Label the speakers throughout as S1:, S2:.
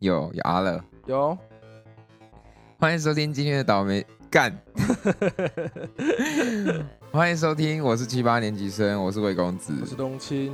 S1: 有有阿乐，
S2: 有，
S1: 欢迎收听今天的倒霉干，欢迎收听，我是七八年级生，我是魏公子
S2: 我。是冬青，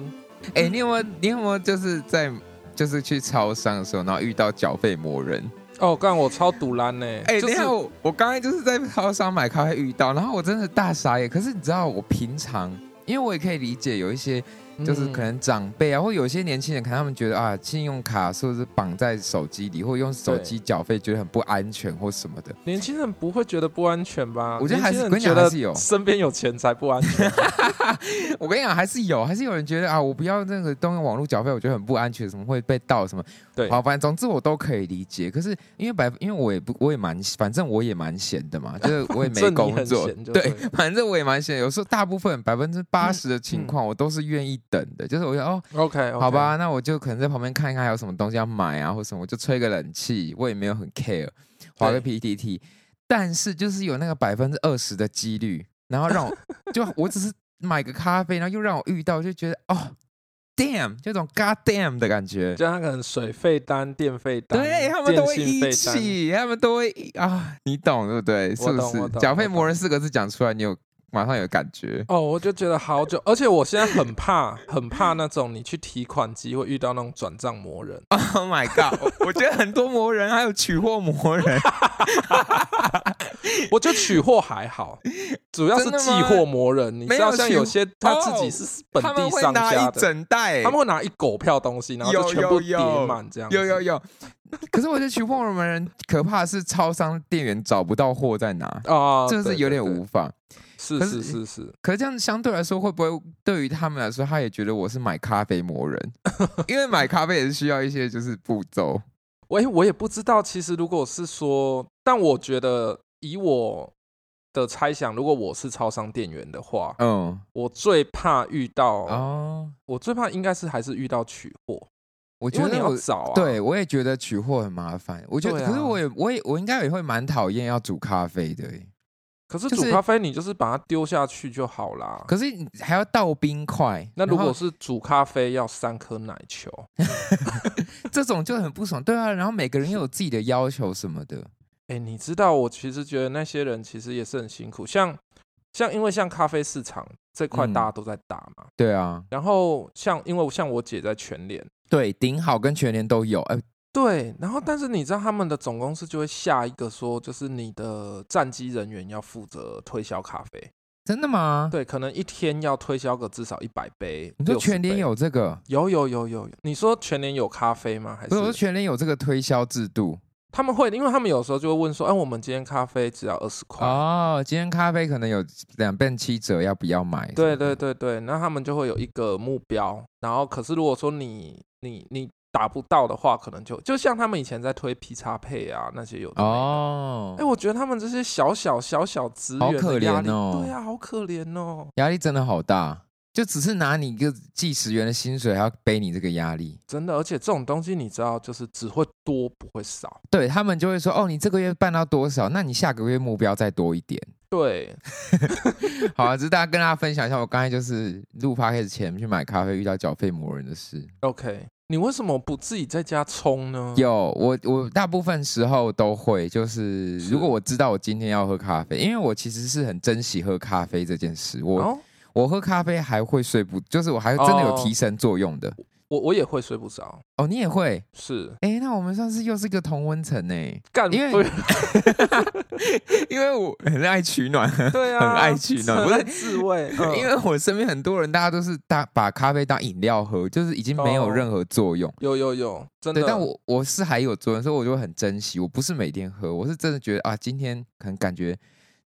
S1: 哎、你有没有你有没有就是在就是去超商的时候，然后遇到缴费魔人？
S2: 哦，干我超堵烂呢，
S1: 哎、
S2: 就
S1: 等一
S2: 是
S1: 下我我刚才就是在超商买咖啡遇到，然后我真的大傻眼。可是你知道，我平常因为我也可以理解有一些
S2: 嗯
S1: 就是可能长辈啊，或有些年轻人，可能他们觉得啊，信用卡是不是绑在手机里，或用手机缴费觉得很不安全或什么的。
S2: 年轻人不会觉得不安全吧？
S1: 我觉得还是跟
S2: 年轻人
S1: 你讲
S2: 觉
S1: 还
S2: 得
S1: 是有
S2: 身边有钱才不 安全。
S1: 我跟你讲，还是有，还是有人觉得啊，我不要那个动用网络缴费，我觉得很不安全，什么会被盗什么。
S2: 对
S1: 好，反正总之我都可以理解。可是因为百，因为我也不，我也蛮，反正我也蛮闲的 嘛，就是我也没
S2: 正你
S1: 工
S2: 很
S1: 作，
S2: 闲就
S1: 对
S2: 对，
S1: 反正我也蛮闲。有时候大部分百分之八十的情
S2: 嗯
S1: 况，我都是愿意等的，就是我想哦。
S2: OK，
S1: 好，吧，那我就可能在旁边看一看还有什么东西要买啊，或什么，我就吹个冷气，我也没有很 care，划个 PPT，但是就是有那个百分之二十的几率，然后让我就我只是买个咖啡，然后又让我遇到，就觉得哦，damn，就有种 god damn 的感觉，
S2: 就他可能水费单、电费单，
S1: 对他们都会
S2: 电信
S1: 一
S2: 费单。
S1: 起，他们都会一啊，你懂对不对？是
S2: 我懂
S1: 不
S2: 我
S1: 是？
S2: 懂
S1: 缴
S2: 我
S1: 费
S2: 懂
S1: 魔人四个字讲出来，你有马上有感觉。
S2: 哦，我就觉得好久，而且我现在很怕， 很怕那种你去提款机会遇到那种转账魔人。
S1: Oh my god！我我觉得很多魔人，还有取货魔人，
S2: 我觉得取货 还好，主要是
S1: 真的
S2: 寄
S1: 吗
S2: 货魔人。你知道，
S1: 没有
S2: 像
S1: 取哦
S2: 有些他自己是 本
S1: 他
S2: 地
S1: 们会
S2: 商
S1: 拿
S2: 家
S1: 一
S2: 的，
S1: 整袋，
S2: 他们会拿一狗票东西，然后
S1: 有
S2: 就全部
S1: 有
S2: 叠
S1: 有
S2: 满这样子。
S1: 有有有。 可是我觉得取货魔人可怕的是，超商店员找不到货在哪，
S2: 啊，
S1: 这是
S2: 对
S1: 有点。
S2: 对对
S1: 无法。
S2: 是
S1: 可是
S2: 是是是，
S1: 可是这样相对来说，会不会对于他们来说，他也觉得我是买咖啡魔 人？因为买咖啡也是需要一些就是步骤。
S2: 我也我也不知道。其实如果是说，但我觉得以我的猜想，如果我是超商店员的话，
S1: 嗯，
S2: 我最怕遇到，
S1: 哦，
S2: 我最怕应该是还是遇到取货，
S1: 我
S2: 因
S1: 觉
S2: 为你
S1: 得
S2: 要
S1: 我。
S2: 找啊。
S1: 对，我也觉得取货很麻烦。我觉得，
S2: 对啊
S1: 可是我也，我也，我应该也会蛮讨厌要煮咖啡的欸。
S2: 可是
S1: 就
S2: 煮
S1: 是
S2: 咖啡你就是把它丢下去就好啦。
S1: 可是你还要倒冰块，
S2: 哦那如
S1: 然后
S2: 果是煮咖啡要三颗奶球，
S1: 这种就很不爽，对啊。然后每个人又有自己的要求什么的，
S2: 哎，你知道我其实觉得那些人其实也是很辛苦，像像因为像咖啡市场这块
S1: 嗯
S2: 大家都在打嘛，
S1: 对啊，
S2: 然后像因为像我姐在全联，
S1: 对，顶好跟全年都有，哎、
S2: 对，然后但是你知道他们的总公司就会下一个说，就是你的战机人员要负责推销咖啡，
S1: 真的吗？，
S2: 对，可能一天要推销个至少一百杯。
S1: 啊你说
S2: 60
S1: 全年
S2: 杯？
S1: 有这个，
S2: 有有有有有，你说全年有咖啡吗？还
S1: 不是我说
S2: 是
S1: 全年有这个推销制度
S2: 他们会，因为他们有时候就会问说，哎，我们今天咖啡只要二十块。
S1: 哦。今天咖啡可能有两变七折，要不要买？
S2: 对对，对对，那他们就会有一个目标，然后可是如果说你你你达不到的话，可能就就像他们以前在推劈叉配啊那些有的没的
S1: 哦
S2: 哎、，我觉得他们这些小小小小职
S1: 好
S2: 员
S1: 可
S2: 的压
S1: 怜
S2: 力，
S1: 哦
S2: 对啊，好可怜哦，
S1: 压力真的好大，就只是拿你一个计时员的薪水，还要背你这个压力。
S2: 真的。而且这种东西你知道，就是只会多不会少。
S1: 对他们就会说，哦，你这个月办到多少？那你下个月目标再多一点。
S2: 对，
S1: 好啊，只是大家跟大家分享一下，我刚才就是录 p o d c a s 前去买咖啡遇到缴费魔人的事。
S2: OK，你为什么不自己在家冲呢？
S1: 有我，我大部分时候都会，就是
S2: 是
S1: 如果我知道我今天要喝咖啡，因为我其实是很珍惜喝咖啡这件事。我、
S2: 哦，
S1: 我喝咖啡还会睡不，就是我还真的有
S2: 哦
S1: 提神作用的。
S2: 我我也会睡不着，
S1: 哦，你也会？
S2: 是
S1: 哎，那我们算是又是一个同温层呢，
S2: 干，
S1: 因为
S2: 对
S1: 因为我很爱取 暖，
S2: 对啊，
S1: 很爱取暖不是
S2: 很自慰，嗯
S1: 因为我身边很多人，大家都是当把咖啡当饮料喝，就是已经没有
S2: 哦
S1: 任何作用。
S2: 有有有，真
S1: 对
S2: 的，，
S1: 但我我是还有作用，所以我就很珍惜。我不是每天喝，我是真的觉得啊，今天可能感觉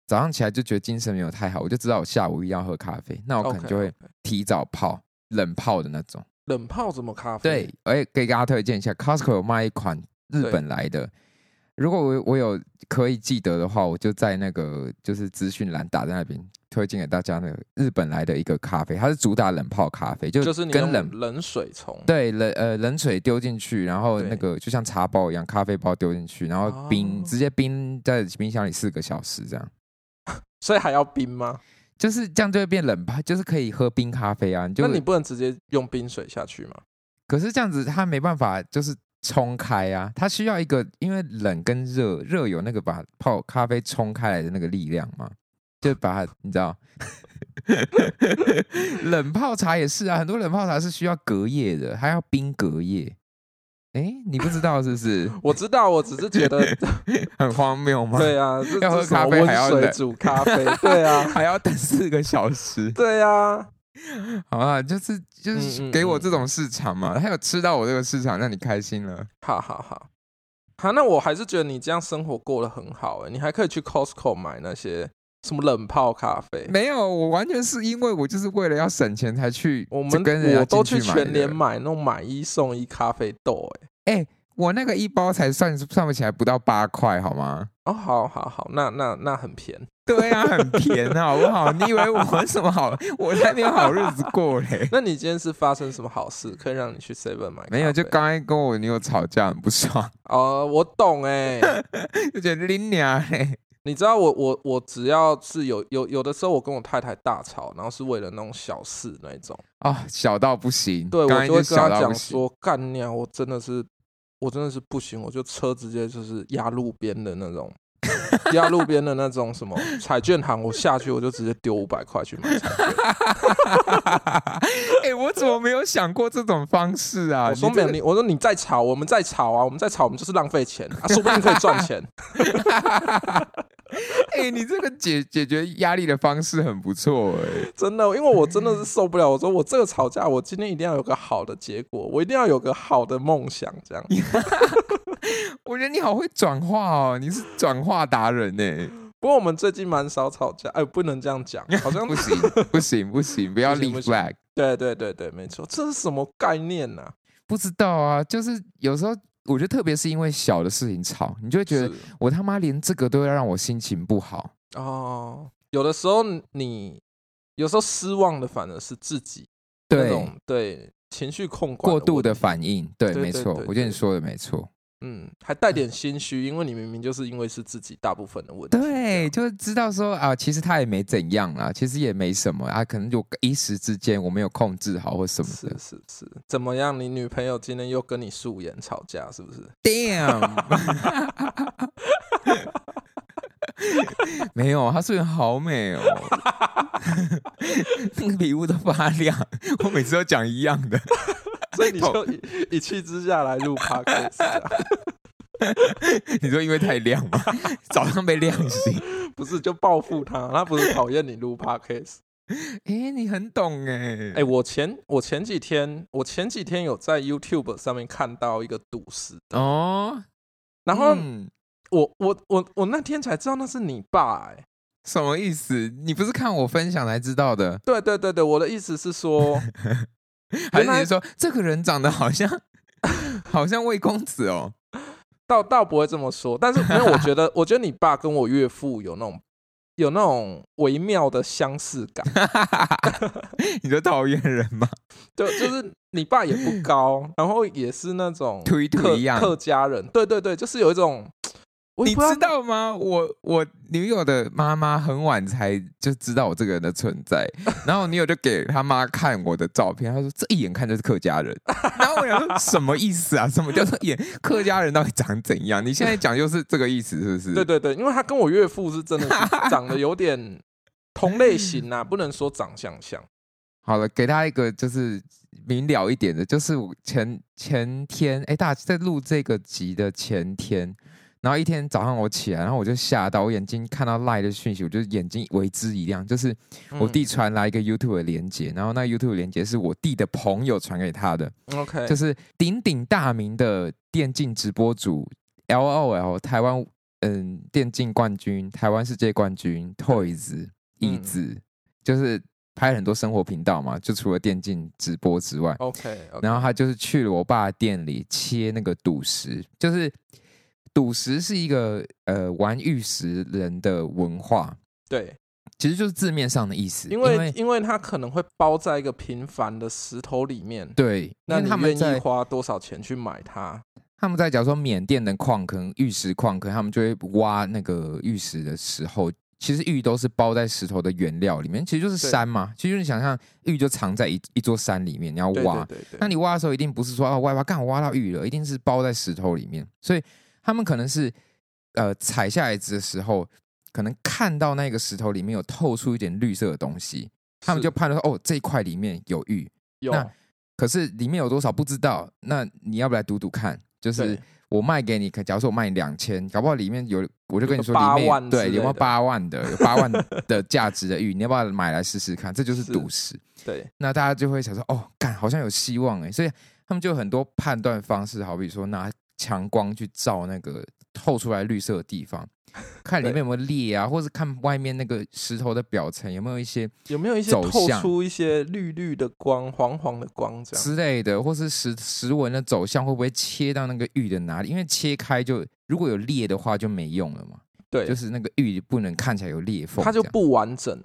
S1: 早上起来就觉得精神没有太好，我就知道我下午一定要喝咖啡，那我可
S2: OK，
S1: 能就会
S2: OK
S1: 提早泡冷泡的那种。
S2: 冷泡怎么咖啡？
S1: 对，而且给大家推荐一下，Costco 有卖一款日本来的。如果我我有可以记得的话，我就在那个就是资讯栏打在那边推荐给大家那个日本来的一个咖啡，它是主打冷泡咖啡，就
S2: 就是你
S1: 跟
S2: 用
S1: 冷
S2: 冷水冲，
S1: 对，冷呃冷水丢进去，然后
S2: 对
S1: 那个就像茶包一样，咖啡包丢进去，然后冰、
S2: 哦
S1: 直接冰在冰箱里四个小时，这样
S2: 所以还要冰吗？
S1: 就是这样就会变冷吧，就是可以喝冰咖啡啊。你就
S2: 那你不能直接用冰水下去吗？
S1: 可是这样子它没办法，就是冲开啊，它需要一个因为冷跟热，热有那个把泡咖啡冲开来的那个力量嘛，就把它你知道， 冷泡茶也是啊，很多冷泡茶是需要隔夜的，还要冰隔夜。哎，你不知道是不是
S2: 我知道，我只是 觉得，
S1: 很荒谬吗？
S2: 对啊，这
S1: 要喝
S2: 这是什么
S1: 咖啡还要
S2: 温水
S1: 冷
S2: 煮咖啡，对啊，
S1: 还要等四个小时。
S2: 对啊，
S1: 好啊，就是就是
S2: 嗯嗯
S1: 给我
S2: 嗯
S1: 这种市场嘛，他有吃到我这个市场，让你开心了。
S2: 好好好，好，那我还是觉得你这样生活过得很好哎、你还可以去 Costco 买那些什么冷泡咖啡，
S1: 没有，我完全是因为我就是为了要省钱才去，
S2: 我
S1: 就
S2: 们
S1: 跟人家
S2: 我都
S1: 进
S2: 去
S1: 去买
S2: 全联
S1: 的。
S2: 买那种买一送一咖啡豆哎、
S1: 我那个一包才算算不起来，不到八块，好吗？
S2: 哦，好好好，那那那很便宜。
S1: 对啊，很便宜，好不好？你以为我什么好？我才没有好日子过 嘞。
S2: 那你今天是发生什么好事，可以让你去 Seven 买咖啡？
S1: 没有，就刚才跟我女友吵架，很不爽，
S2: 哦、我懂哎、
S1: 就觉得拎娘嘞。
S2: 你知道我我我只要是有有有的时候我跟我太太大吵，然后是为了那种小事那一种，
S1: 哦，小到不行，
S2: 对我
S1: 刚才
S2: 就会
S1: 就
S2: 跟她
S1: 小到
S2: 讲
S1: 不行。
S2: 说干娘，我真的是我真的是不行，我就车直接就是压路边的那种。压路边的那种什么彩券行，我下去我就直接丢五百块 去买彩券。
S1: 哎、我怎么没有想过这种方式啊？
S2: 我说
S1: 你这
S2: 没有
S1: 个
S2: 你，我说你再吵，我们再吵啊，我们再吵，我们就是浪费钱啊，说不定可以赚钱。
S1: 哎、你这个解解决压力的方式很不错哎、
S2: 真的，因为我真的是受不了。我说我这个吵架，我今天一定要有个好的结果，我一定要有个好的梦想，这样。
S1: 我觉得你好会转化哦，你是转化达人哎呢、
S2: 不过我们最近蛮少吵架，哎，不能这样 讲，好像
S1: 不行不行不行，不要
S2: 嗯不行
S1: leave
S2: 不行
S1: flag。
S2: 对对对对，没错，这是什么概念呐、
S1: 不知道啊，就是有时候我觉得特别是因为小的事情吵，你就会觉得
S2: 是
S1: 我他妈连这个都要让我心情不好。
S2: 哦，有的时候你有时候失望的反而是自己那
S1: 对，
S2: 种对情绪控管
S1: 过
S2: 问
S1: 度的
S2: 题，
S1: 反应，对，
S2: 对
S1: 没
S2: 对
S1: 错
S2: 对，
S1: 我觉得你
S2: 对
S1: 说的没错。
S2: 嗯，还带点心虚，因为你明明就是因为是自己大部分的问题，
S1: 对，就是知道说啊，其实他也没怎样啦，其实也没什么啊，可能就一时之间我没有控制好或什么
S2: 是
S1: 的。
S2: 是是，怎么样？你女朋友今天又跟你素颜吵架，是不是？
S1: Damn！没有，她素颜好美 哦，那个礼物都发亮。我每次都讲一样的，
S2: 所以你
S1: 头
S2: 就一一气之下来录 podcast，这样
S1: 你说因为太亮 嘛，早上被亮 醒。
S2: 不是就报复他？他不是讨厌你录 podcast？
S1: 哎、你很懂哎、
S2: 哎、我前我前几天我前几天有在 YouTube 上面看到一个赌石，
S1: 哦，
S2: 然后
S1: 嗯
S2: 我我我我那天才知道那是你爸、哎，
S1: 什么意思？你不是看我分享才知道的，
S2: 对对对对，我的意思是 说，
S1: 还是
S2: 原
S1: 你
S2: 来
S1: 是说这个人长得好像好像魏公子哦？
S2: 倒倒不会这么说，但是没有，我觉得我觉得你爸跟我岳父有那种有那种微妙的相似感，
S1: 你说讨厌人吗？
S2: 就就是你爸也不高，然后也是那种
S1: 土一土
S2: 客
S1: 一样
S2: 客家人，对对对，就是有一种，我也
S1: 你
S2: 不知
S1: 知道吗？我我女友的妈妈很晚才就知道我这个人的存在，然后我女友就给她妈看我的照片，她说这一眼看就是客家人。然后我想说什么意思啊？什么叫做眼客家人到底长怎样？你现在讲就是这个意思是不是？
S2: 对对对，因为他跟我岳父是真的 是长得有点同类型啊，不能说长相像。
S1: 好了，给她一个就是明了一点的，就是我前前天哎，大在录这个集的前天。然后一天早上我起来，然后我就吓到，我眼睛看到赖的讯息，我就眼睛为之一亮，就是我
S2: 嗯
S1: 弟传来一个 YouTube 的连接，然后那个 YouTube 的连接是我弟的朋友传给他的，
S2: OK，
S1: 就是鼎鼎大名的电竞直播主 LOL 台湾嗯电竞冠军、台湾世界冠军
S2: 嗯
S1: Toys 椅子，就是拍很多生活频道嘛，就除了电竞直播之
S2: 哦
S1: 外，
S2: OK，, o k
S1: 然后他就是去了我爸的店里切那个赌石，就是赌石是一个呃玩玉石人的文化。
S2: 对，
S1: 其实就是字面上的意思，
S2: 因为因为他可能会包在一个平凡的石头里面，
S1: 对，
S2: 那
S1: 因为
S2: 你
S1: 他们
S2: 愿
S1: 在
S2: 意花多少钱去买它？
S1: 他们在讲说缅甸的矿坑、玉石矿坑，他们就会挖那个玉石的时候，其实玉都是包在石头的原料里面，其实就是
S2: 对
S1: 山嘛。其实你想象玉就藏在一一座山里面，你要
S2: 对
S1: 挖
S2: 对，对对，
S1: 那你挖的时候一定不是说哦，挖一挖，干我挖到玉了，一定是包在石头里面。所以他们可能是呃采下来的时候，可能看到那个石头里面有透出一点绿色的东西，他们
S2: 是
S1: 就判断说哦这一块里面有玉，
S2: 有
S1: 那可是里面有多少不知道。那你要不来赌赌看？就是
S2: 对
S1: 我卖给你，可假如说我卖你两千，搞不好里面有，我就跟你说
S2: 有个
S1: 里
S2: 8万
S1: 面
S2: 之类
S1: 对
S2: 的
S1: 有没有八万的，有八万的价值的玉，你要不要买来试试看？这就是
S2: 是
S1: 赌石。
S2: 对
S1: 那大家就会想说，哦，干，好像有希望哎，所以他们就有很多判断方式，好比说拿强光去照那个透出来绿色的地 方，看里面有没有裂啊，或是看外面那个石头的表层有没有一些
S2: 有没有一些
S1: 走
S2: 透
S1: 向
S2: 出一些绿绿的光、黄黄的光这样？
S1: 之类的，或是石石纹的走向会不会切到那个玉的哪里？因为切开就如果有裂的话就没用了嘛，
S2: 对
S1: 就，是那个玉不能看起来有裂缝这样，
S2: 它就不完整，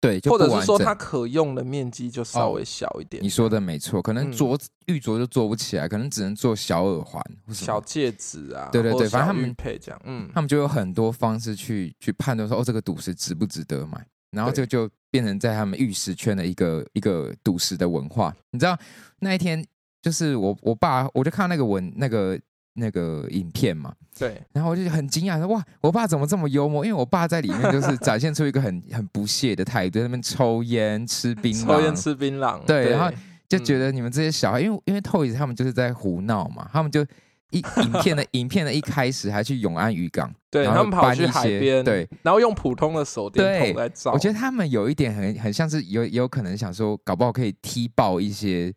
S1: 对，就
S2: 或者
S1: 不
S2: 是
S1: 完
S2: 说
S1: 整
S2: 它可用的面积就稍
S1: 哦
S2: 微小一点。
S1: 你说的没错，可能
S2: 嗯
S1: 镯、玉镯就做不起来，可能只能做小耳环或什么
S2: 小戒指啊，
S1: 对对
S2: 或者
S1: 对反正他
S2: 小
S1: 们
S2: 玉佩这样，嗯，
S1: 他们就有很多方式去去判断说，哦，这个赌石值不值得买，然后
S2: 对
S1: 这就变成在他们玉石圈的一个一个赌石的文化。你知道那一天就是我我爸，我就看那个文那个那个影片嘛，
S2: 对，
S1: 然后我就很惊讶说，哇，我爸怎么这么幽默？因为我爸在里面就是展现出一个很很不屑的态度，在那边抽烟吃槟榔，
S2: 抽烟吃槟榔，
S1: 对
S2: 对，
S1: 然后就
S2: 嗯
S1: 觉得你们这些小孩，因为因为 Toys 他们就是在胡闹嘛，他们就。一影片 的影片的一开始还去永安渔港，
S2: 对
S1: 然
S2: 他
S1: 后
S2: 们跑
S1: 搬
S2: 去
S1: 一
S2: 海
S1: 些
S2: 边，
S1: 对，
S2: 然后用普通的手电
S1: 对
S2: 筒来照，
S1: 我觉得他们有一点很很像是有有可能想说，搞不好可以踢爆一些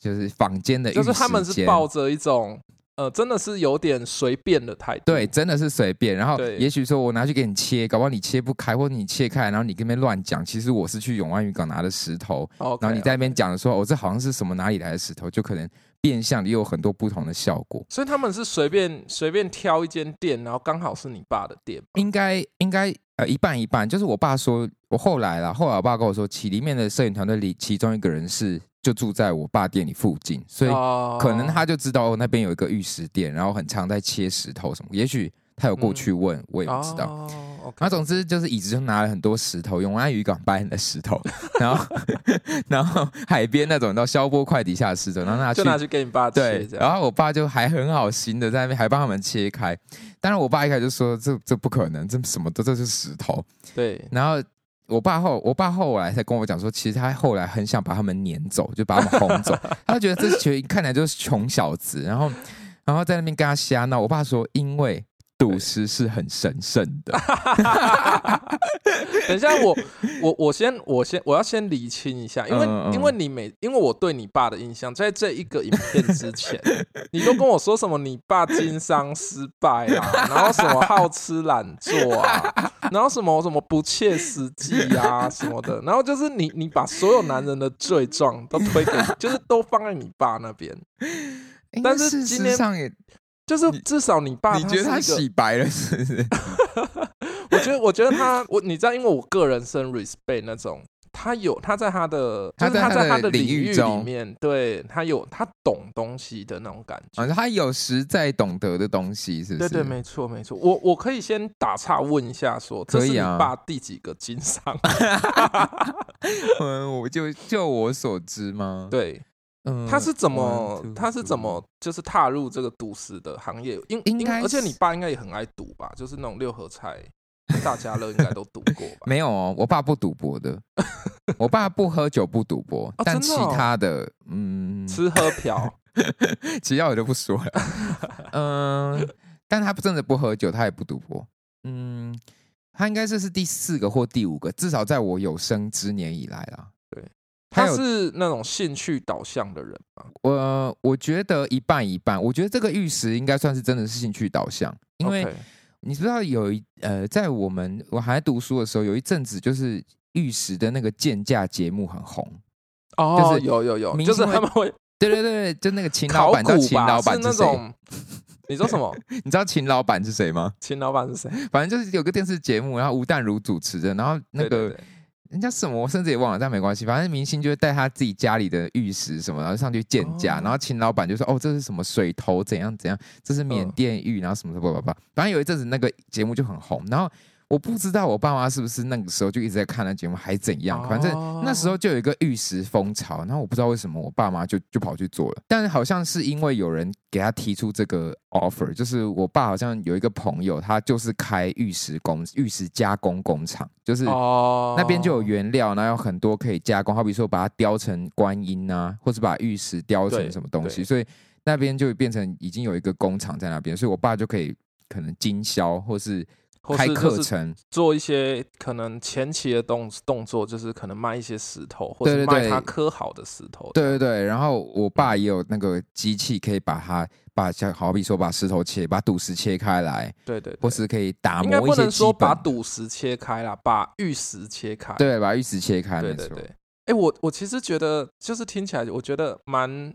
S1: 就是坊间的浴
S2: 就是
S1: 室
S2: 他们是
S1: 间
S2: 抱着一种呃，真的是有点随便的态度，
S1: 对，真的是随便。然后
S2: 对
S1: 也许说我拿去给你切，搞不好你切不开，或者你切开，然后你跟那边乱讲，其实我是去永安渔港拿的石头，
S2: o k
S1: 然后你在那边讲说，哦，这好像是什么哪里来的石头，就可能变相的又有很多不同的效果。
S2: 所以他们是随便随便挑一间店，然后刚好是你爸的店，
S1: 应该应该呃一半一半，就是我爸说，我后来啦，后来我爸跟我说，其里面的摄影团队里其中一个人是就住在我爸店里附近，所以
S2: 哦
S1: 可能他就知道、哦、那边有一个玉石店，然后很常在切石头什么。也许他有过去问，我也不知道。
S2: 嗯哦，OK，
S1: 然后总之就是椅子就拿了很多石头，永安渔港搬的石头，然后 然后海边那种到消波块底下的石头，然后拿去
S2: 就拿去给你爸
S1: 对
S2: 吃，，这样，
S1: 然后我爸就还很好心的在那边还帮他们切开。当然我爸一开始就说这这不可能，这什么都这是石头。
S2: 对，
S1: 然后我爸后我爸后来才跟我讲说，其实他后来很想把他们撵走，就把他们轰 走。他觉得这群看起来就是穷小子，然后然后在那边跟他瞎闹。我爸说，因为赌石是很神圣
S2: 啊
S1: 的，
S2: 等一下我我我先我先我要先理清一下，因为、
S1: 嗯嗯嗯
S2: 因为你每因为我对你爸的印象，在这一个影片之前，你都跟我说什么你爸经商失败啊，然后什么好吃懒做啊，然后什么什么不切实际啊什么的，然后就是你你把所有男人的罪状都推给，就是都放在你爸那边，
S1: 应
S2: 但
S1: 该
S2: 是
S1: 事
S2: 今
S1: 实
S2: 天
S1: 上也，
S2: 就是
S1: 你
S2: 至少你爸
S1: 你觉得他
S2: 是一个
S1: 洗白了是不是？
S2: 我觉得，我觉得他，我你知道，因为我个人生 respect 那种，他有他在他的，
S1: 他
S2: 就是
S1: 在
S2: 他
S1: 他
S2: 在
S1: 的
S2: 他的
S1: 领
S2: 领
S1: 域
S2: 域
S1: 中
S2: 里面，对他有他懂东西的那种感觉。
S1: 啊，他有实在懂得的东西，是不
S2: 对
S1: 是？
S2: 对，没错没错。我我可以先打岔问一下说，这
S1: 可
S2: 是
S1: 以
S2: 你
S1: 啊
S2: 爸第几个经 商？
S1: 嗯， 我就就我所知吗？，
S2: 对，
S1: 嗯
S2: 他是怎么
S1: one, two,
S2: 他是怎么就是踏入这个赌石的行业？因
S1: 应
S2: 因
S1: 该
S2: 而且
S1: 是
S2: 你爸应该也很爱赌吧？就是那种六合彩、大家乐应该都赌过吧？
S1: 没有哦，我爸不赌博的，我爸不喝酒不赌博，
S2: 哦
S1: 但
S2: 真的
S1: 其
S2: 哦
S1: 他的，嗯，
S2: 吃喝嫖，
S1: 其他我就不说 了。嗯，但他真的不喝酒，他也不赌博。嗯，他应该这是第四个或第五个，至少在我有生之年以来啦。
S2: 对，
S1: 他
S2: 他
S1: 有
S2: 是那种兴趣导向的人吗？
S1: 我，我觉得一半一半。我觉得这个玉石应该算是真的是兴趣导向，因为
S2: OK
S1: 你知道有一呃，在我们我还在读书的时候，有一阵子就是玉石的那个鉴价节目很红。
S2: 哦，
S1: 就是
S2: 有有有，
S1: 明
S2: 就
S1: 星
S2: 是
S1: 会
S2: 他们会
S1: 对对对，对就那个秦
S2: 考
S1: 老板，你知道
S2: 古
S1: 秦
S2: 吧，
S1: 老
S2: 是
S1: 板
S2: 那
S1: 是谁？
S2: 种。你说什么？
S1: 你知道秦老板是谁吗？
S2: 秦老板是谁？
S1: 反正就是有个电视节目，然后吴淡如主持的，然后那
S2: 对对
S1: 个
S2: 对
S1: 人家什么，我甚至也忘了，但没关系，反正明星就会带他自己家里的玉石什么，然后上去鉴价，
S2: 哦
S1: 然后秦老板就说：“哦，这是什么水
S2: 嗯
S1: 头，怎样怎样，这是缅甸玉，然后什么什么吧吧。”反正有一阵子那个节目就很红，然后。我不知道我爸妈是不是那个时候就一直在看那节目，还怎样？反正
S2: 哦
S1: 那时候就有一个玉石风潮，然后我不知道为什么我爸妈就就跑去做了，但好像是因为有人给他提出这个 offer，就是我爸好像有一个朋友，他就是开玉石工、玉石加工工厂，就是
S2: 哦，
S1: 那边就有原料，然后有很多可以加工，好比说把它雕成观音啊，或是把玉石雕成
S2: 对
S1: 什么东西，
S2: 对
S1: 所以那边就变成已经有一个工厂在那边，所以我爸就可以可能经销或是
S2: 或
S1: 开
S2: 是就
S1: 课
S2: 是
S1: 程，
S2: 做一些可能前期的动动作，就是可能卖一些石头，或
S1: 对
S2: 者
S1: 对对
S2: 卖他刻好的石头。
S1: 对对对，然后我爸也有那个机器可以把它把像好比说把石头切，把赌石切开来，
S2: 对对对
S1: 或是可以打
S2: 应该
S1: 磨一
S2: 不
S1: 些
S2: 能
S1: 基
S2: 说把
S1: 本，
S2: 赌石切开啦，把玉石切开。
S1: 对，把玉石切开，
S2: 对
S1: 没
S2: 对
S1: 错，
S2: 对。哎、我我其实觉得，就是听起来，我觉得蛮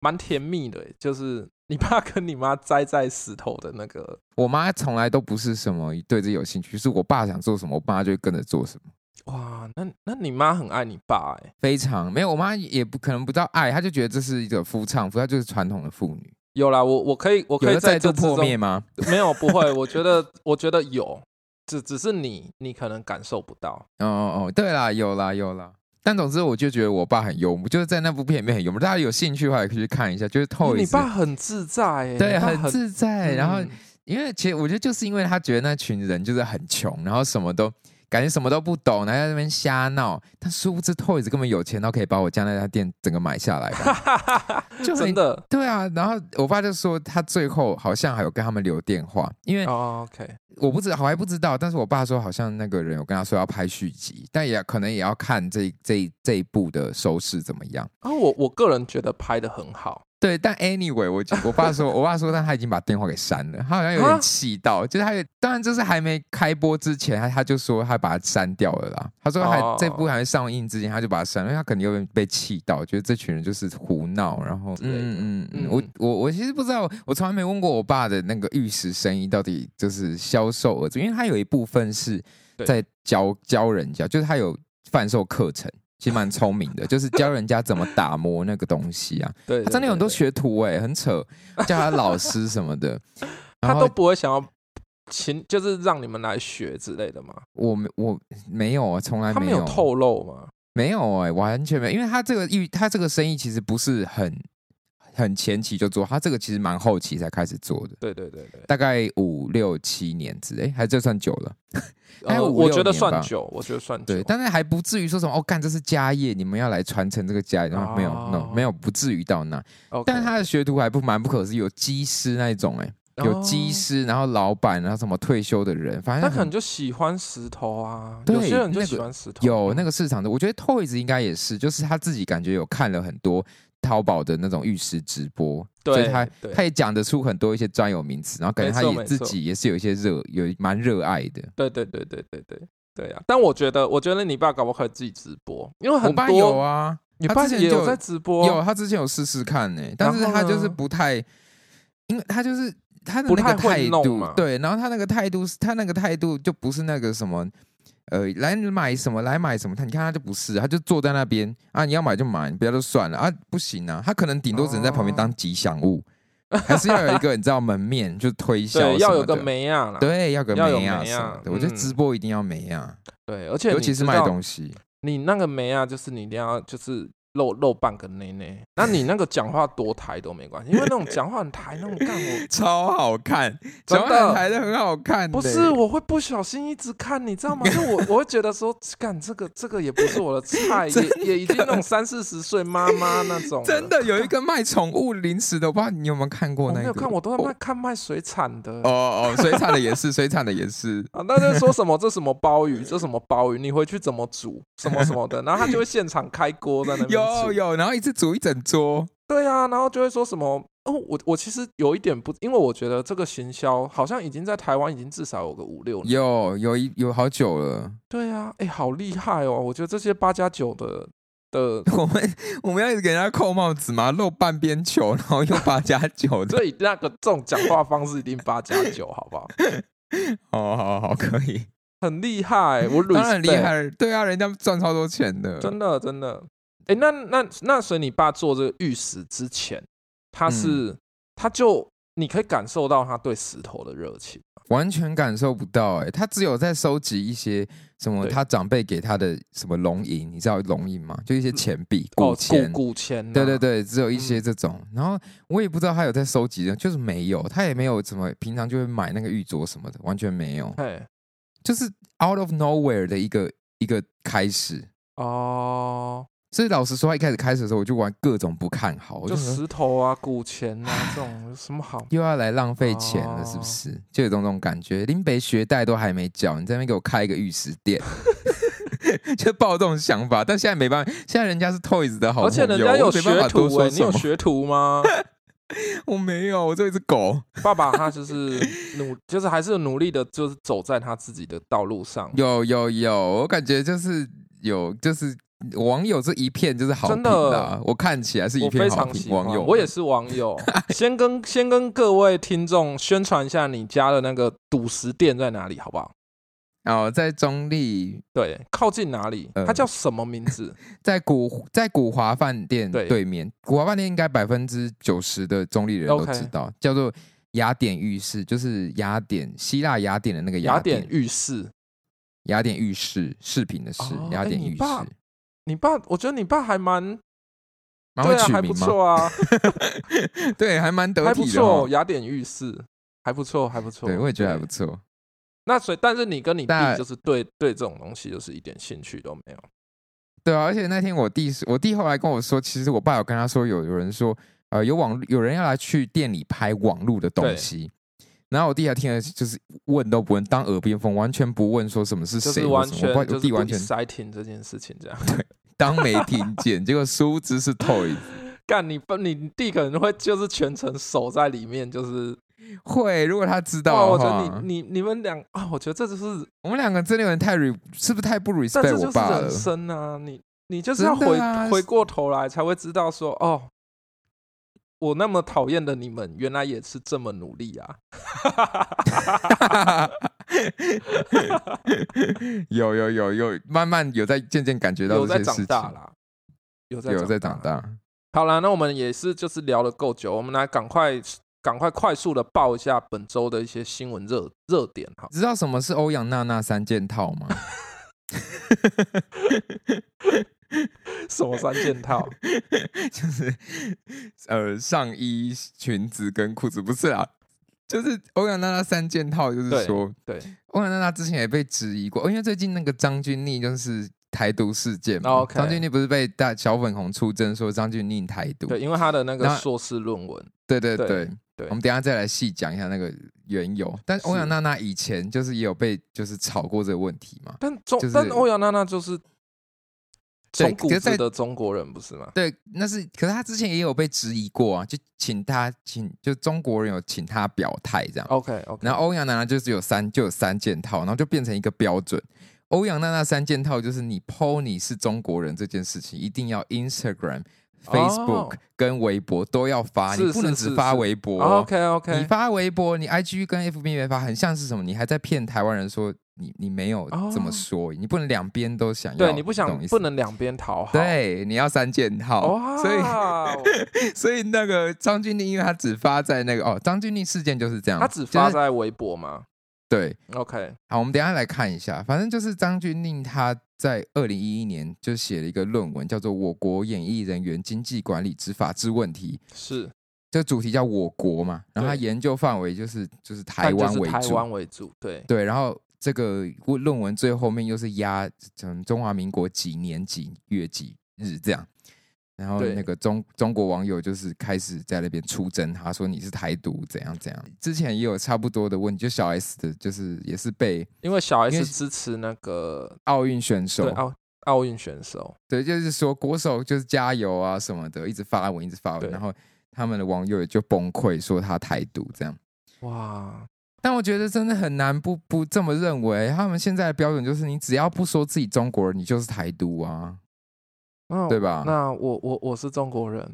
S2: 蛮甜蜜的、欸就是你爸跟你妈栽在石头的那个。
S1: 我妈从来都不是什么对这有兴趣，就是我爸想做什么，我爸就会跟着做什么。
S2: 哇，那那你妈很爱你爸哎、
S1: 非常没有，我妈也不可能不知道爱，她就觉得这是一个夫唱妇，她就是传统的妇女。
S2: 有啦，我我可以我可
S1: 有
S2: 以
S1: 的再
S2: 在这
S1: 度
S2: 之中
S1: 破灭吗？
S2: 没有不会，我觉得我觉得有，只只是你你可能感受不到。
S1: 哦哦哦，对啦，有啦有啦。但总之，我就觉得我爸很幽默，就是在那部片里面很幽默。大家有兴趣的话，也可以去看一下，就是透一
S2: 你爸很自在哎、
S1: 对
S2: 你爸
S1: 很自在。然后
S2: 嗯，
S1: 因为其实我觉得就是因为他觉得那群人就是很穷，然后什么都感觉什么都不懂，然后在那边瞎闹。但殊不知，Toys 根本有钱到可以把我家那家店整个买下来吧， 就很
S2: 真的
S1: 对啊，然后我爸就说他最后好像还有跟他们留电话，因为
S2: 哦，OK，
S1: 我不知道，我还不知道，但是我爸说好像那个人有跟他说要拍续集，但也可能也要看这这这一部的收视怎么样。
S2: 啊，我我个人觉得拍的很好，
S1: 对，但 anyway，我我爸说，我爸说，但他已经把电话给删了，他好像有
S2: 啊
S1: 点气到，就是他有，当然这是还没开播之前，他他就说他把它删掉了啦。他说还、
S2: 哦
S1: 这部还没上映之前，他就把它删了，因为他可能有点被气到，觉得这群人就是胡闹，然后
S2: 之类的
S1: 嗯嗯嗯，
S2: 嗯
S1: 我我我其实不知道，我从来没问过我爸的那个玉石生意到底就是销售额，因为他有一部分是
S2: 对
S1: 在教教人家，就是他有贩售课程。其实蛮聪明的，就是教人家怎么打磨那个东西啊。
S2: 对，
S1: 他真的有很多，学徒哎、很扯，叫他老师什么的。
S2: 他
S1: 然
S2: 都
S1: 后
S2: 不会想要请，就是让你们来学之类的嘛，
S1: 我没我没有啊，从来
S2: 他没
S1: 没
S2: 有透露嘛，
S1: 没有哎、完全没有，因为他这个预他这个生意其实不是很很前期就做，他这个其实蛮后期才开始做的，
S2: 对对对对，
S1: 大概五六七年之类，还这算久了。大概
S2: 呃
S1: 五
S2: 我
S1: 六
S2: 觉得
S1: 年
S2: 算
S1: 吧
S2: 久，我觉得算久，
S1: 对，但是还不至于说什么哦，干这是家业，你们要来传承这个家业，然后没有、
S2: 哦
S1: no 没有不至于到那，
S2: OK，
S1: 但他的学徒还不蛮不可思议，有技师那一种哎、有技
S2: 哦
S1: 师，然后老板，然后什么退休的人，反
S2: 他
S1: 正
S2: 可
S1: 很
S2: 能就喜欢石头啊，
S1: 对
S2: 有些人就
S1: 那个
S2: 喜欢石头，
S1: 有那个市场的，我觉得 Toys 应该也是，就是他自己感觉有看了很多淘宝的那种玉石直播，所以
S2: 对
S1: 他
S2: 对
S1: 他也讲得出很多一些专有名词，然后感觉他
S2: 没错
S1: 也
S2: 没
S1: 自
S2: 错
S1: 己也是有一些热，有蛮热爱的。
S2: 对对对对对对对啊！但我觉得，我觉得你爸搞不好可以自己直播，因为
S1: 我
S2: 很
S1: 爸有
S2: 多
S1: 啊，
S2: 你
S1: 他
S2: 爸
S1: 之前
S2: 也
S1: 就
S2: 有
S1: 有
S2: 在直播，啊
S1: 有他之前有试试看呢、但是
S2: 然后呢
S1: 他就是不太，因为他就是他的
S2: 不
S1: 那个
S2: 太会
S1: 态
S2: 弄
S1: 度
S2: 嘛，
S1: 对，然后他那个态度，他那个态度就不是那个什么。呃，来买什么？来买什么？他你看他就不是，他就坐在那边啊，你要买就买，你不要就算了啊，不行啊，他可能顶多只能在旁边
S2: 哦
S1: 当吉祥物，还是要有一个你知道门面，就推销啊
S2: 对，
S1: 什
S2: 要
S1: 么
S2: 有个
S1: 的，
S2: 梅亚啦，
S1: 对，要个
S2: 要有
S1: 美啊
S2: 美
S1: 什
S2: 啊
S1: 么的，我觉得
S2: 嗯
S1: 直播一定要美啊，
S2: 对，而且
S1: 尤其是卖东
S2: 西，
S1: 西，
S2: 你那个梅亚就是你一定要就是露露半个内内，那你那个讲话多台都没关系，因为那种讲话很台那种干 我。
S1: 超好看，
S2: 真
S1: 小
S2: 的
S1: 海排的很好看的，
S2: 不是，我会不小心一直看，你知道吗？就我我会觉得说，干这个这个也不是我的菜， 也也已经那种三四十岁妈妈那种了，
S1: 真的有一个卖宠物零食的，我不知道你有没有看过
S2: 我
S1: 那个？
S2: 没有看，我都在
S1: 哦
S2: 卖看卖水产的。
S1: 哦哦，水产的也是，水产的也 是。
S2: 啊，那在说什么这什么鲍鱼，这什么鲍鱼，你回去怎么煮，什么什么的，然后他就会现场开锅在那边
S1: 有
S2: 煮。
S1: 有，然后一次煮一整桌，
S2: 对啊，然后就会说什么哦，我我其实有一点不，因为我觉得这个行销好像已经在台湾已经至少有个五六年。
S1: 有有一有好久了。
S2: 对啊，哎，好厉害哦！我觉得这些八加九的的，
S1: 我们我们要一直给人家扣帽子嘛，露半边球，然后又八加九 的。
S2: 所以那个这种讲话方式一定八加九，好不好？
S1: 哦，好好可 以，
S2: 很厉害，我
S1: 当然厉
S2: respect
S1: 害了。对啊，人家赚超多钱的。
S2: 真的真的。哎、那那那所以你爸做这个玉石之
S1: 嗯
S2: 前，他是、他就你可以感受到他对石头的热情。
S1: 完全感受不到、欸。哎，他只有在收集一些什么
S2: 对
S1: 他长辈给他的什么龙银，你知道龙银吗？就一些钱币、
S2: 哦
S1: 古钱。
S2: 古古钱啊、
S1: 对对对，只有一些这种。
S2: 嗯
S1: 然后我也不知道他有在收集的，就是没有，他也没有怎么平常就会买那个玉镯什么的，完全没有，
S2: 嘿，
S1: 就是 out of nowhere 的一个一个开始。
S2: 哦，
S1: 所以老实说，他一开始开始的时候，我就玩各种不看好，我
S2: 就
S1: 就想说
S2: 石头啊、古钱啊这种有什么好？
S1: 又要来浪费钱了，是不是？
S2: 哦
S1: 就有种这种感觉，林北学贷都还没缴，你在那边给我开一个玉石店， 就抱这种想法。但现在没办法，现在人家是 Toys 的好朋友，
S2: 而且人家有
S1: 我没办
S2: 学
S1: 法多
S2: 徒哎、
S1: 说
S2: 你
S1: 什
S2: 有
S1: 么。
S2: 学徒吗？
S1: 我没有，我只有一只狗。
S2: 爸爸 他就是努，就是还是努力的，就是走在他自己的道路上。
S1: 有有有，我感觉就是有，就是网友这一片就是好评
S2: 真
S1: 啦
S2: 的。
S1: 我看起来是一
S2: 我非
S1: 片好
S2: 常
S1: 评，
S2: 喜
S1: 网
S2: 欢，
S1: 友
S2: 我也是网友。先跟先跟各位听众宣传一下你家的那个赌石店在哪里，好不好？
S1: 哦，在中立，
S2: 对，靠近哪里？
S1: 呃
S2: 它叫什么名字？
S1: 在古在古华饭店
S2: 对
S1: 对面，古华饭店应该百分之九十的中立人都
S2: OK
S1: 知道，叫做雅典浴室，就是雅典希腊雅典的那个
S2: 雅典
S1: 典
S2: 浴室。
S1: 雅典浴室饰品的饰
S2: 哦，
S1: 雅
S2: 哎
S1: 典
S2: 你
S1: 浴室，
S2: 爸你爸，我觉得你爸还蛮
S1: 蛮会
S2: 对啊，
S1: 取
S2: 还不
S1: 名嘛，
S2: 错啊，
S1: 对，还蛮得
S2: 还不
S1: 体的哦
S2: 错。，雅典浴室还不错，还不错。
S1: 对，我也觉得还不
S2: 对。
S1: 错。
S2: 那所以，但是你跟你弟
S1: 但
S2: 就是对对这种东西就是一点兴趣都没有。
S1: 对啊，而且那天我弟是，我弟后来跟我说，其实我爸有跟他说，有有人说，呃，有网有人要来去店里拍网路的东
S2: 对
S1: 西，然后我弟还听了，就是问都不问，当耳边风，完全不问说什么是
S2: 就
S1: 谁
S2: 是
S1: 或
S2: 完
S1: 什么，
S2: 全
S1: 我爸
S2: 就
S1: 我
S2: 是
S1: 弟
S2: 不
S1: 完全
S2: exciting 这件事情这样。
S1: 当没听见，结果殊不知是 Toys，
S2: 干你爸你弟可能会就是全程守在里面，就是
S1: 会，如果他知
S2: 哇，
S1: 道
S2: 我
S1: 的
S2: 觉
S1: 话，
S2: 得你你你们俩啊，我觉得这就是
S1: 我们两个真的有点太 re，是不是太不
S2: 但这
S1: respect
S2: 就
S1: 我
S2: 是
S1: 爸了
S2: 人？生啊，你你就是要
S1: 真
S2: 回、
S1: 的啊
S2: 回过头来才会知道说，哦，我那么讨厌的你们，原来也是这么努力啊！
S1: 有有有有，慢慢有在渐渐感 觉到
S2: 有
S1: 这
S2: 在
S1: 些事
S2: 长大
S1: 情，
S2: 啦，有在
S1: 有在
S2: 长
S1: 长
S2: 大啦。
S1: 大。
S2: 好啦，那我们也是就是聊了够久，我们来赶快赶快快速的报一下本周的一些新闻热热点 好。
S1: 知道什么是欧阳娜娜三件套 吗？
S2: 什么三件套？
S1: 就是呃上衣、裙子跟裤子，不是啦，就是欧阳娜娜三件套，就是
S2: 对
S1: 说
S2: 对，
S1: 欧阳娜娜之前也被质疑过，哦因为最近那个张钧甯就是台独事件嘛，
S2: 哦 OK
S1: 张钧甯不是被大小粉红出征说张钧甯台独，
S2: 对，因为他的那个
S1: 那
S2: 硕士论文，
S1: 对对
S2: 对
S1: 对
S2: 对
S1: 我们等一下再来细讲一下那个缘由。但欧阳娜娜以前就是也有被就是吵过这个问题嘛，
S2: 但中、
S1: 就是
S2: 但欧阳娜娜就是
S1: 对
S2: 从骨
S1: 可是
S2: 子
S1: 在
S2: 的中国人不是吗？
S1: 对，那是可是她之前也有被质疑过啊，就请她请就中国人有请她表态这样。
S2: OK OK，
S1: 然后欧阳娜娜就是有三就有三件套，然后就变成一个标准。欧阳娜娜三件套就是你 PO 你是中国人这件事情，一定要 Instagram、
S2: 哦
S1: Facebook 跟微博都要发，
S2: 是
S1: 你不能
S2: 是是
S1: 只发
S2: 是哦
S1: 微博。哦
S2: OK
S1: 你
S2: OK，
S1: 发微博，你 IG 跟 FB 没发，很像是什么？你还在骗台湾人说你你没有
S2: 哦
S1: 这么说，你不能两边都想要，
S2: 对你不
S1: 懂
S2: 想
S1: 意思
S2: 不能两边讨好，，哦
S1: 对，你要三件套。
S2: 哇，
S1: 所以 所以那个张钧甯，因为他只发在那个哦，张钧甯事件就是这样，
S2: 他只
S1: 就是
S2: 发在微博嘛
S1: 对。
S2: ，OK，
S1: 好，我们等一下来看一下，反正就是张钧甯他在二零一一年就写了一个论文，叫做《我国演艺人员经济管理之法治问题》，
S2: 是
S1: 这个主题叫我国嘛，然后他
S2: 对
S1: 研究范围就是就是台湾
S2: 但就
S1: 为
S2: 是台
S1: 主，
S2: 湾为主，对，
S1: 对，然后这个论文最后面又是压嗯中华民国几年几月几日这样，然后
S2: 对
S1: 那个中中国网友就是开始在那边出征他，说你是台独怎样怎样。之前也有差不多的问题，就小 S 的，就是也是被
S2: 因为小
S1: 因
S2: S
S1: 为
S2: 支持那个
S1: 奥运选
S2: 对
S1: 手，
S2: 奥奥运选手，
S1: 对，就是说国手就是加油啊什么的，一直发文一直发文，
S2: 对
S1: 然后他们的网友也就崩溃说他台独这样。
S2: 哇，
S1: 但我觉得真的很难不不这么认为。他们现在的标准就是，你只要不说自己中国人，你就是台独啊，
S2: 那
S1: 对吧？
S2: 那我我我是中国人，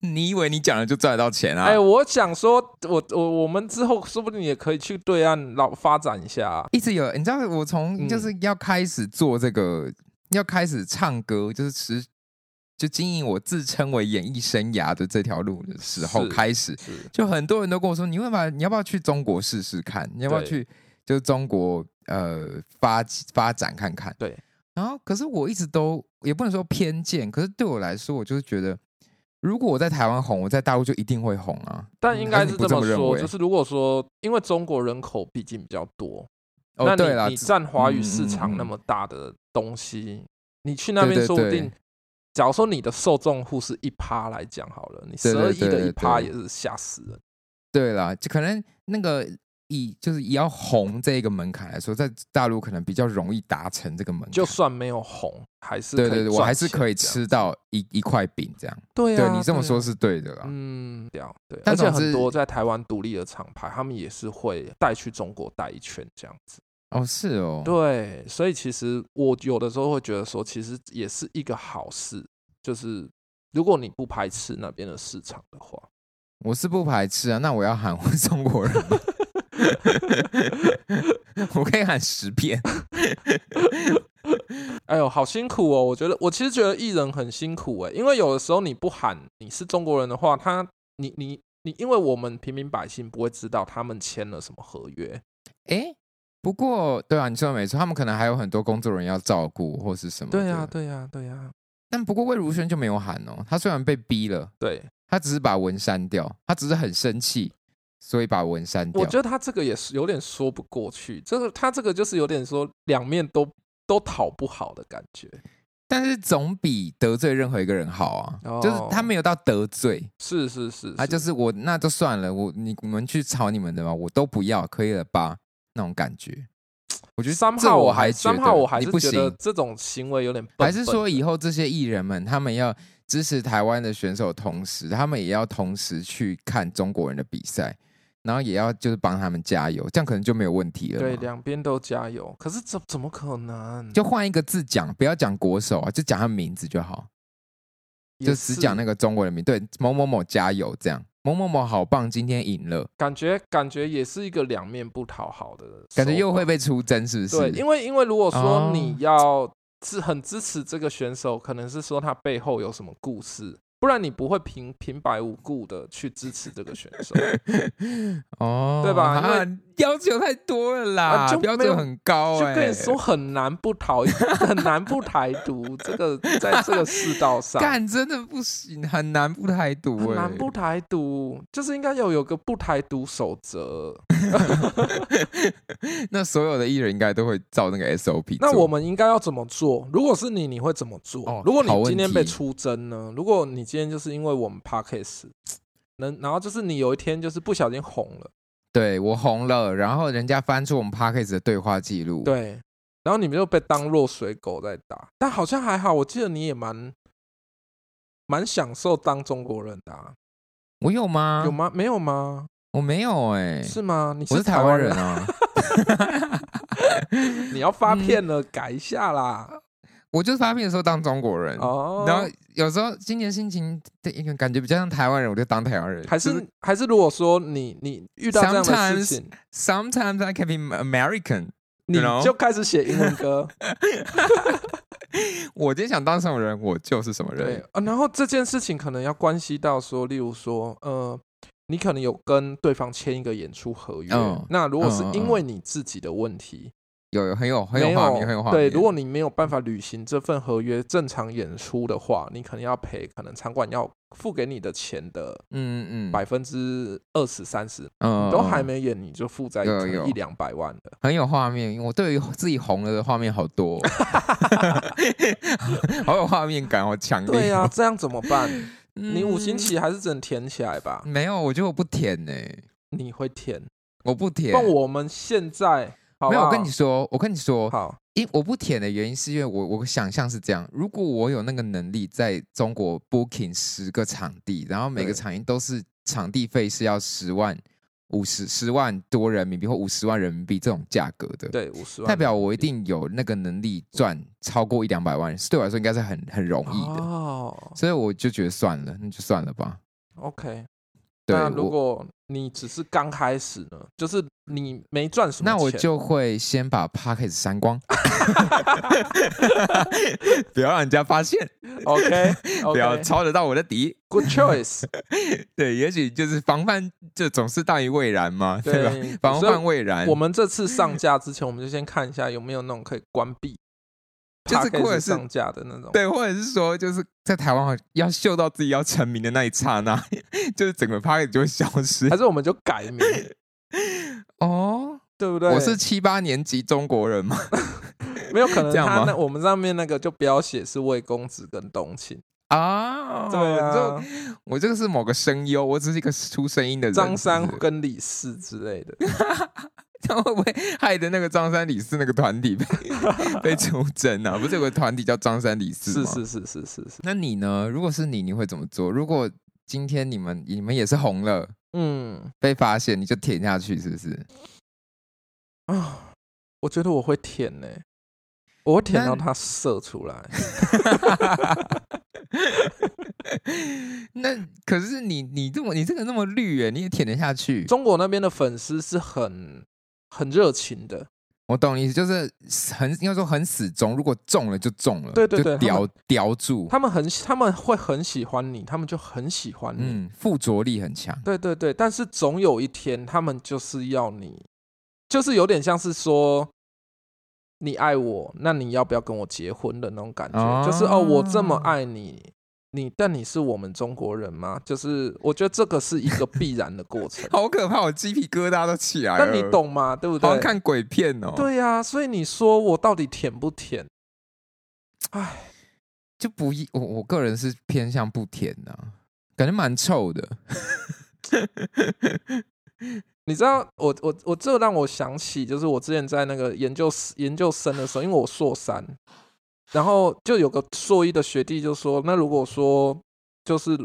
S1: 你以为你讲了就赚得到钱啊？
S2: 哎，我想说，我我我们之后说不定也可以去对岸老发展一下啊，
S1: 一直有，你知道，我从
S2: 嗯
S1: 就是要开始做这个，要开始唱歌，就是持就经营我自称为演艺生涯的这条路的时候
S2: 是
S1: 开始，
S2: 是
S1: 就很多人都跟我说，你会把你要不要去中国试试看？你要不要
S2: 对
S1: 去就中国呃发发展看看？
S2: 对。
S1: 然后，可是我一直都也不能说偏见，可是对我来说，我就是觉得，如果我在台湾红，我在大陆就一定会红啊。
S2: 但应该
S1: 嗯
S2: 是
S1: 不
S2: 这
S1: 这
S2: 么
S1: 认
S2: 说，
S1: 为
S2: 就是如果说，因为中国人口毕竟比较多，
S1: 哦，对
S2: 那
S1: 啦
S2: 你你，占华语
S1: 嗯
S2: 市
S1: 嗯
S2: 场
S1: 嗯
S2: 那么大的东西，你去那
S1: 对
S2: 边
S1: 对
S2: 说不
S1: 对
S2: 定，假如说你的受众户是一趴来讲好了，你
S1: 对
S2: 十
S1: 对
S2: 二亿
S1: 对
S2: 的一
S1: 对
S2: 趴
S1: 对
S2: 也是吓死人。
S1: 对啦，就可能那个以就是以要红这一个门槛来说，在大陆可能比较容易达成这个门槛。
S2: 就算没有红，还是
S1: 对
S2: 可以
S1: 对对，我
S2: 赚
S1: 还是
S2: 钱
S1: 可以
S2: 这样。
S1: 吃到一一块饼这样。
S2: 对
S1: 对
S2: 啊，
S1: 你这么
S2: 对啊
S1: 说，是对的啦。
S2: 嗯，对啊，对。
S1: 但
S2: 而且
S1: 总
S2: 很
S1: 之
S2: 多在台湾独立的厂牌，他们也是会带去中国带一圈这样子。
S1: 哦，是哦，
S2: 对，所以其实我有的时候会觉得说，其实也是一个好事，就是如果你不排斥那边的市场的话，
S1: 我是不排斥啊。那我要喊我是中国人吗？ 我可以喊十遍。
S2: 哎呦，好辛苦哦！我觉得，我其实觉得艺人很辛苦哎，因为有的时候你不喊你是中国人的话，他你你你，因为我们平民百姓不会知道他们签了什么合约，
S1: 哎，不过对啊，你说的没错，他们可能还有很多工作人员要照顾或是什么。
S2: 对呀、啊，。对呀、啊，对呀、啊，
S1: 但不过魏如萱就没有喊哦，她虽然被逼了，
S2: 对，
S1: 她只是把文删掉，她只是很生气，所以把文删掉。
S2: 我觉得他这个也是有点说不过去，这个他这个就是有点说两面都都讨不好的感觉，
S1: 但是总比得罪任何一个人好啊。
S2: 哦
S1: 就是他没有到得罪，
S2: 是是是，
S1: 啊，就是是我那就算了，我你你们去吵你们的嘛，我都不要，可以了吧？那种感觉，我觉得
S2: 三
S1: 这
S2: 号
S1: 我
S2: 还
S1: 觉
S2: 三
S1: 得
S2: 号我还
S1: 你
S2: 是
S1: 不
S2: 觉得
S1: 行，
S2: 这种行为有点笨笨
S1: 还是说
S2: 的
S1: 以后这些艺人们他们要支持台湾的选手，同时他们也要同时去看中国人的比赛，然后也要就是帮他们加油，这样可能就没有问题了嘛。
S2: 对两边都加油，可是怎怎么可能？
S1: 就换一个字讲，不要讲国手啊，就讲他名字就好，就只讲
S2: 那。
S1: 那个中国人名，对某某某加油这样，某某某好棒，今天赢了，
S2: 感觉感觉也是一个两面不讨好的手法，
S1: 感觉又会被出征，是不是？
S2: 对，因为因为如果说
S1: 哦
S2: 你要支很支持这个选手，可能是说他背后有什么故事，不然你不会平平白无故的去支持这个选手。
S1: 哦，
S2: 对吧
S1: 啊
S2: 因
S1: 要求太多了啦，
S2: 啊就
S1: 标
S2: 没有
S1: 准很高、
S2: 就
S1: 欸，
S2: 跟你说，很难不讨， 很难不台独，这个在这个世道上，
S1: 干真的不行，很难不台独、欸，
S2: 很难不台独，就是应该要有个不台独守则。
S1: 那所有的艺人应该都会照那个 SOP 做。
S2: 那我们应该要怎么做？如果是你，你会怎么做？
S1: 哦
S2: 如果你
S1: 好问
S2: 今天被
S1: 题
S2: 出征呢？如果你今天就是因为我们 podcast 能，然后就是你有一天就是不小心红了，
S1: 对我红了，然后人家翻出我们 Parkes 的对话记录，，
S2: 对，然后你们就被当落水狗在打。但好像还好，我记得你也蛮蛮享受当中国人的、啊，
S1: 我有吗？
S2: 有？吗？没有吗？
S1: 我没有哎、
S2: 是吗？你
S1: 我
S2: 是
S1: 是台
S2: 湾
S1: 湾人，啊。
S2: 你要发
S1: 嗯
S2: 片了，改一下啦。
S1: 我就是发片的时候当中国人，
S2: 哦，
S1: 然后有时候今年心情一个感觉比较像台湾人，我就当台湾人。
S2: 还
S1: 就是
S2: 还是如果说你你遇到这样的
S1: Sometimes-
S2: 事情，
S1: sometimes I can be American，
S2: 你
S1: you know？
S2: 就开始写英 文歌。
S1: 我今天想当什么人，我就是什么
S2: 对
S1: 人。
S2: 啊，然后这件事情可能要关系到说，例如说，呃，你可能有跟对方签一个演出合约，
S1: 嗯
S2: 那如果是
S1: 嗯嗯
S2: 因为你自己的问题，
S1: 有有很有很
S2: 没
S1: 有
S2: 有
S1: 画面，很有画面。
S2: 对，如果你没有办法履行这份合约正常演出的话，你可能要赔，可能场馆要付给你的钱的
S1: 嗯嗯
S2: 百分之二十三十，
S1: 嗯
S2: 都还
S1: 嗯
S2: 没演，你就负债
S1: 有
S2: 可能
S1: 有
S2: 一两百万 的。
S1: 很有画面，我对于自己红了的画面好多哦、 好有画面感，好哦强烈。
S2: 对呀、这样怎么办？
S1: 嗯，
S2: 你五星旗还是只能填起来吧？
S1: 没有？我觉得我不甜呢、
S2: 你会填？
S1: 我不甜。
S2: 那我们现在好不
S1: 没有，我
S2: 好
S1: 跟你说，我跟你说，
S2: 好。
S1: 因我不舔的原因是因为我我想象是这样：如果我有那个能力在中国 booking 十个场地，然后每
S2: 对
S1: 个场地都是场地费是要十万、五十十万多人民币或五十万人民币这种价格的，
S2: 对，五十万
S1: 代表我一定有那个能力赚超过一两百万，是对我来说应该是很很容易的，
S2: 哦
S1: 所以我就觉得算了，那就算了吧。
S2: ，OK。
S1: 对，
S2: 那如
S1: 我
S2: 果你只是刚开始呢，就是你没赚什么钱，
S1: 那我就会先把 p a c k e t 删光。不要让人家发现，
S2: OK，
S1: 不要
S2: OK，Good
S1: 抄得到我的底。
S2: choice，
S1: 对，也许就是防范，就总是大于未然嘛，对吧？
S2: 对，
S1: 防
S2: 所以
S1: 范未然，
S2: 我们这次上架之前，我们就先看一下有没有那种可以关闭，
S1: 就是或者
S2: podcast
S1: 是
S2: 上架的那种。
S1: 对，或者是说，就是在台湾好像要秀到自己要成名的那一刹那， 就是整个 p a r t 就会消失
S2: 还。是我们就改名，
S1: 哦，
S2: 对不对？
S1: 我是七八年级中国人嘛，
S2: 没有可能
S1: 这样
S2: 他
S1: 吗
S2: 那我们上面那个就不要写是魏公子跟冬青，
S1: 啊，
S2: 对啊
S1: 我，这我这个是某个声优，我只是一个出声音的人。
S2: 张 三
S1: 是不是
S2: 跟李四之类的。
S1: 这样会不会害得那个张三李四那个团体被 被出征啊？不是有个团体叫张三李四
S2: 是
S1: 吗？
S2: 是是是是是，
S1: 那你呢？如果是你，你会怎么做？如果今天你们你们也是红了，
S2: 嗯
S1: 被发现，你就舔下去，是不是？
S2: 啊，我觉得我会舔呢、我会舔
S1: 那
S2: 到它射出来。
S1: 那可是你你这么你这个那么绿耶，你也舔得下去？
S2: 中国那边的粉丝是很很热情的，
S1: 我懂你意思，就是很应该说很死忠，如果中了就中了，
S2: 对对对
S1: 就叼叼住，
S2: 他们很喜他们会很喜欢你，他们就很喜欢你。
S1: 嗯，附着力很强。
S2: 对对对，但是总有一天他们就是要你，就是有点像是说你爱我，那你要不要跟我结婚的那种感觉，就是哦，我这么
S1: 哦，
S2: 爱你。你但你是我们中国人吗？就是我觉得这个是一个必然的过 程
S1: 好可怕，我鸡皮疙瘩都起来了。
S2: 但你，懂吗？对不
S1: 哎好像？
S2: 对
S1: 看鬼片哦。，
S2: 对呀、所以你说我到底甜不甜？哎，
S1: 就不一，我我个人是偏向不舔的、感觉蛮臭的。
S2: 你知道我我我这让我想起，就是我之前在那个研究室研究生的时候，因为我硕三，然后就有个硕一的学弟就说，那如果说就是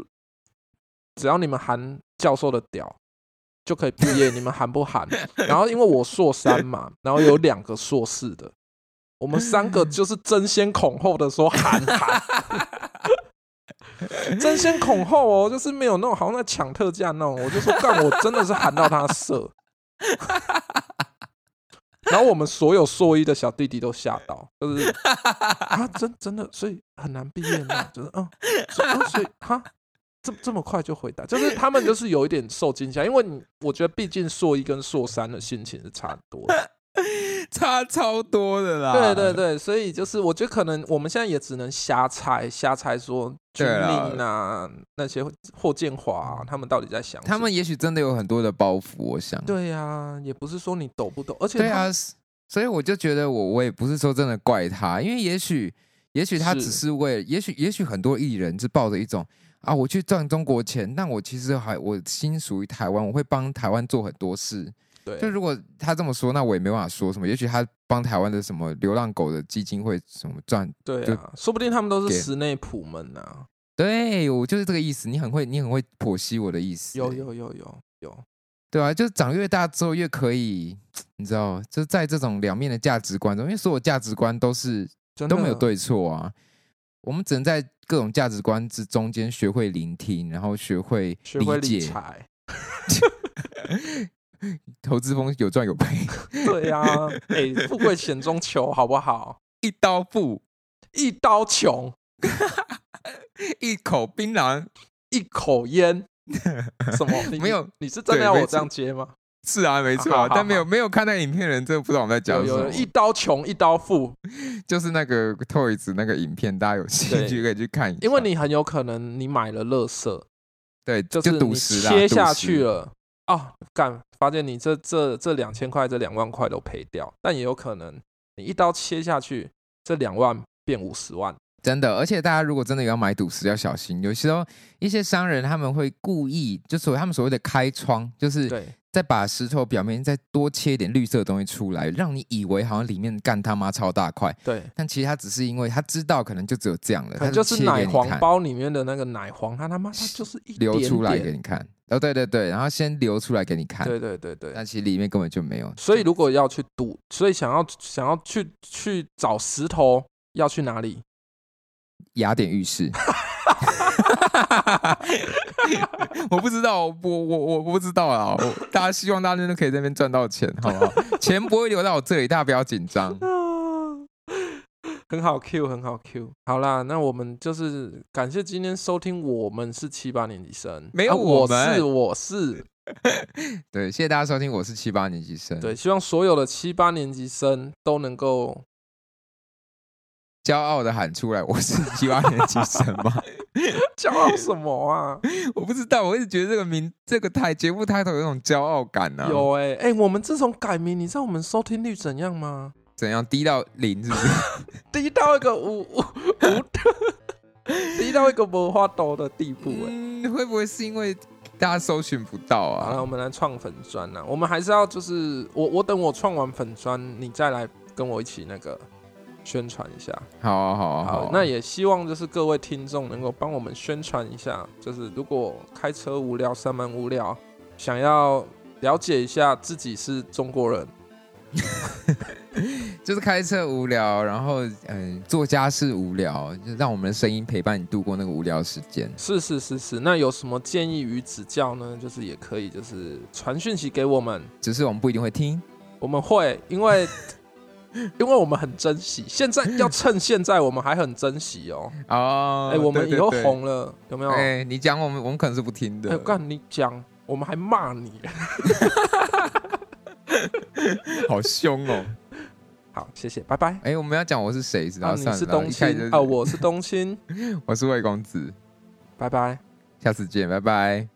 S2: 只要你们含教授的屌就可以毕业，你们含不含？然后因为我硕三嘛，然后有两个硕士的，我们三个就是争先恐后的说含含。争先恐后哦，就是没有那种好像在抢特价那种，我就说干，我真的是含到他射。 然后我们所有硕一的小弟弟都吓到，就是啊，真真的，所以很难毕业嘛，就是嗯，所以啊所以哈，这这么快就回答，就是他们就是有一点受惊吓，因为你我觉得毕竟硕一跟硕三的心情是差很多的，
S1: 差超多的啦。
S2: 对对对，所以就是我觉得可能我们现在也只能瞎猜，瞎猜说军
S1: 对啦
S2: 令啊那些霍建华啊、他们到底在想什
S1: 他
S2: 么
S1: 们也许真的有很多的包袱，我想。
S2: 对呀、也不是说你懂不懂，而且
S1: 对
S2: 他
S1: 啊，是所以我就觉得我我也不是说真的怪他，因为也许也许他
S2: 是
S1: 只是为，也许也许很多艺人是抱着一种啊，我去赚中国钱，但我其实还我心属于台湾，我会帮台湾做很多事。
S2: 对
S1: 就如果他这么说，那我也没办法说什么。也许他帮台湾的什么流浪狗的基金会什么赚，
S2: 对
S1: 就
S2: 啊，说不定他们都是
S1: 给
S2: 室内普门呐、啊，
S1: 对我就是这个意思。你很会，你很会剖析我的意思、
S2: 有有有有有，
S1: 对啊，就是长越大之后越可以，你知道，就在这种两面的价值观中，因为所有价值观都是
S2: 真的
S1: 都没有对错啊，我们只能在各种价值观之中间学会聆听，然后学会
S2: 学会理
S1: 解
S2: 财，
S1: 投资风有赚有赔，
S2: 对呀、哎、富贵险中求，好不好？
S1: 一刀不
S2: 一刀穷，
S1: 一口槟榔。
S2: 一口烟， 什么？你
S1: 没有，
S2: 你是真的
S1: 对
S2: 要
S1: 没
S2: 我这
S1: 错
S2: 样接吗？
S1: 是啊，没错啊，
S2: 好好好
S1: 但没有没有看那影片的人真的不知道我们在
S2: 有
S1: 讲什
S2: 有
S1: 么
S2: 有，一刀穷，一刀富，
S1: 就是那个 Toys 那个影片，大家有兴趣
S2: 对
S1: 可以去看一下。
S2: 因为你很有可能你买了乐色，
S1: 对就是赌
S2: 你
S1: 石啦
S2: 切下去，
S1: 赌石
S2: 了啊，干，发现你这这这两千块、这两万块都赔掉，但也有可能你一刀切下去，这两万变五十万，
S1: 真的，而且大家如果真的要买赌石，要小心。有时候一些商人他们会故意，就所谓他们所谓的开窗，就是
S2: 对，
S1: 再把石头表面再多切一点绿色的东西出来，让你以为好像里面干他妈超大块，
S2: 对，
S1: 但其实他只是因为他知道可能就只有这样了，
S2: 可
S1: 他
S2: 能就
S1: 切
S2: 是
S1: 给
S2: 奶
S1: 你
S2: 黄
S1: 看
S2: 包里面的那个奶黄，它他妈它就是一点
S1: 流出来给
S2: 点
S1: 你看。哦，对对对，然后先流出来给你看，
S2: 对对对对。
S1: 但其实里面根本就没有。
S2: 所以如果要去赌，所以想要想要去去找石头，要去哪里？
S1: 雅典浴室， 我不知道，我我我我不知道啊！我大家 希望大家都可以在那边赚到钱，好不好？钱不会流到我这里，大家不要紧张。
S2: 啊， 很好 Q，很好 Q。好啦，那我们就是感谢今天收听，我们是七八年级生，
S1: 没有
S2: 啊我
S1: 我们
S2: 是我是，
S1: 对，谢谢大家收听，我是七八年级生，
S2: 对，希望所有的七八年级生都能 够
S1: 骄傲的喊出来， 我是七八年级生吗？
S2: 骄傲什么啊？
S1: 我不知道，我一直觉得这个名这个台节目开头有一种骄傲感呢、啊，
S2: 有哎、哎、我们自从改名，你知道我们收听率怎样吗？
S1: 怎样低到零是不是？
S2: 低到一个无无无， 低到一个无法度的地步哎、
S1: 嗯，会不会是因为大家搜寻不到
S2: 好了，
S1: 啊？
S2: 我们来创粉砖啊啦。我们还是要就是我我等我创完粉砖，你再来跟我一起那个宣传一下。
S1: 好啊，好啊，好啊
S2: 那也希望就是各位听众能够帮我们宣传一下，就是如果开车无聊、上班无聊，想要了解一下自己是中国人，
S1: 就是开车无聊，然后嗯、做家事无聊，就让我们的声音陪伴你度过那个无聊时间。
S2: 是是是是，那有什么建议与指教呢？就是也可以就是传讯息给我们，
S1: 只是我们不一定会听，
S2: 我们会 因为。因为我们很珍惜，现在要趁现在我们还很珍惜哦。
S1: 哦
S2: 哎、，我们
S1: 对
S2: 以
S1: 对
S2: 后
S1: 对
S2: 红了，有没有？哎、
S1: 哎、你讲我们，我们可能是不听的。
S2: 我干你讲，我们还骂你。
S1: 好凶 哦！
S2: 好，谢谢，拜拜。
S1: 哎、我们要讲我是谁，知道？
S2: 啊，你
S1: 算了
S2: 是冬
S1: 一开始
S2: 青啊
S1: 就
S2: 啊，我是冬青，
S1: 我是魏公子，
S2: 拜拜。
S1: 下次见，拜拜。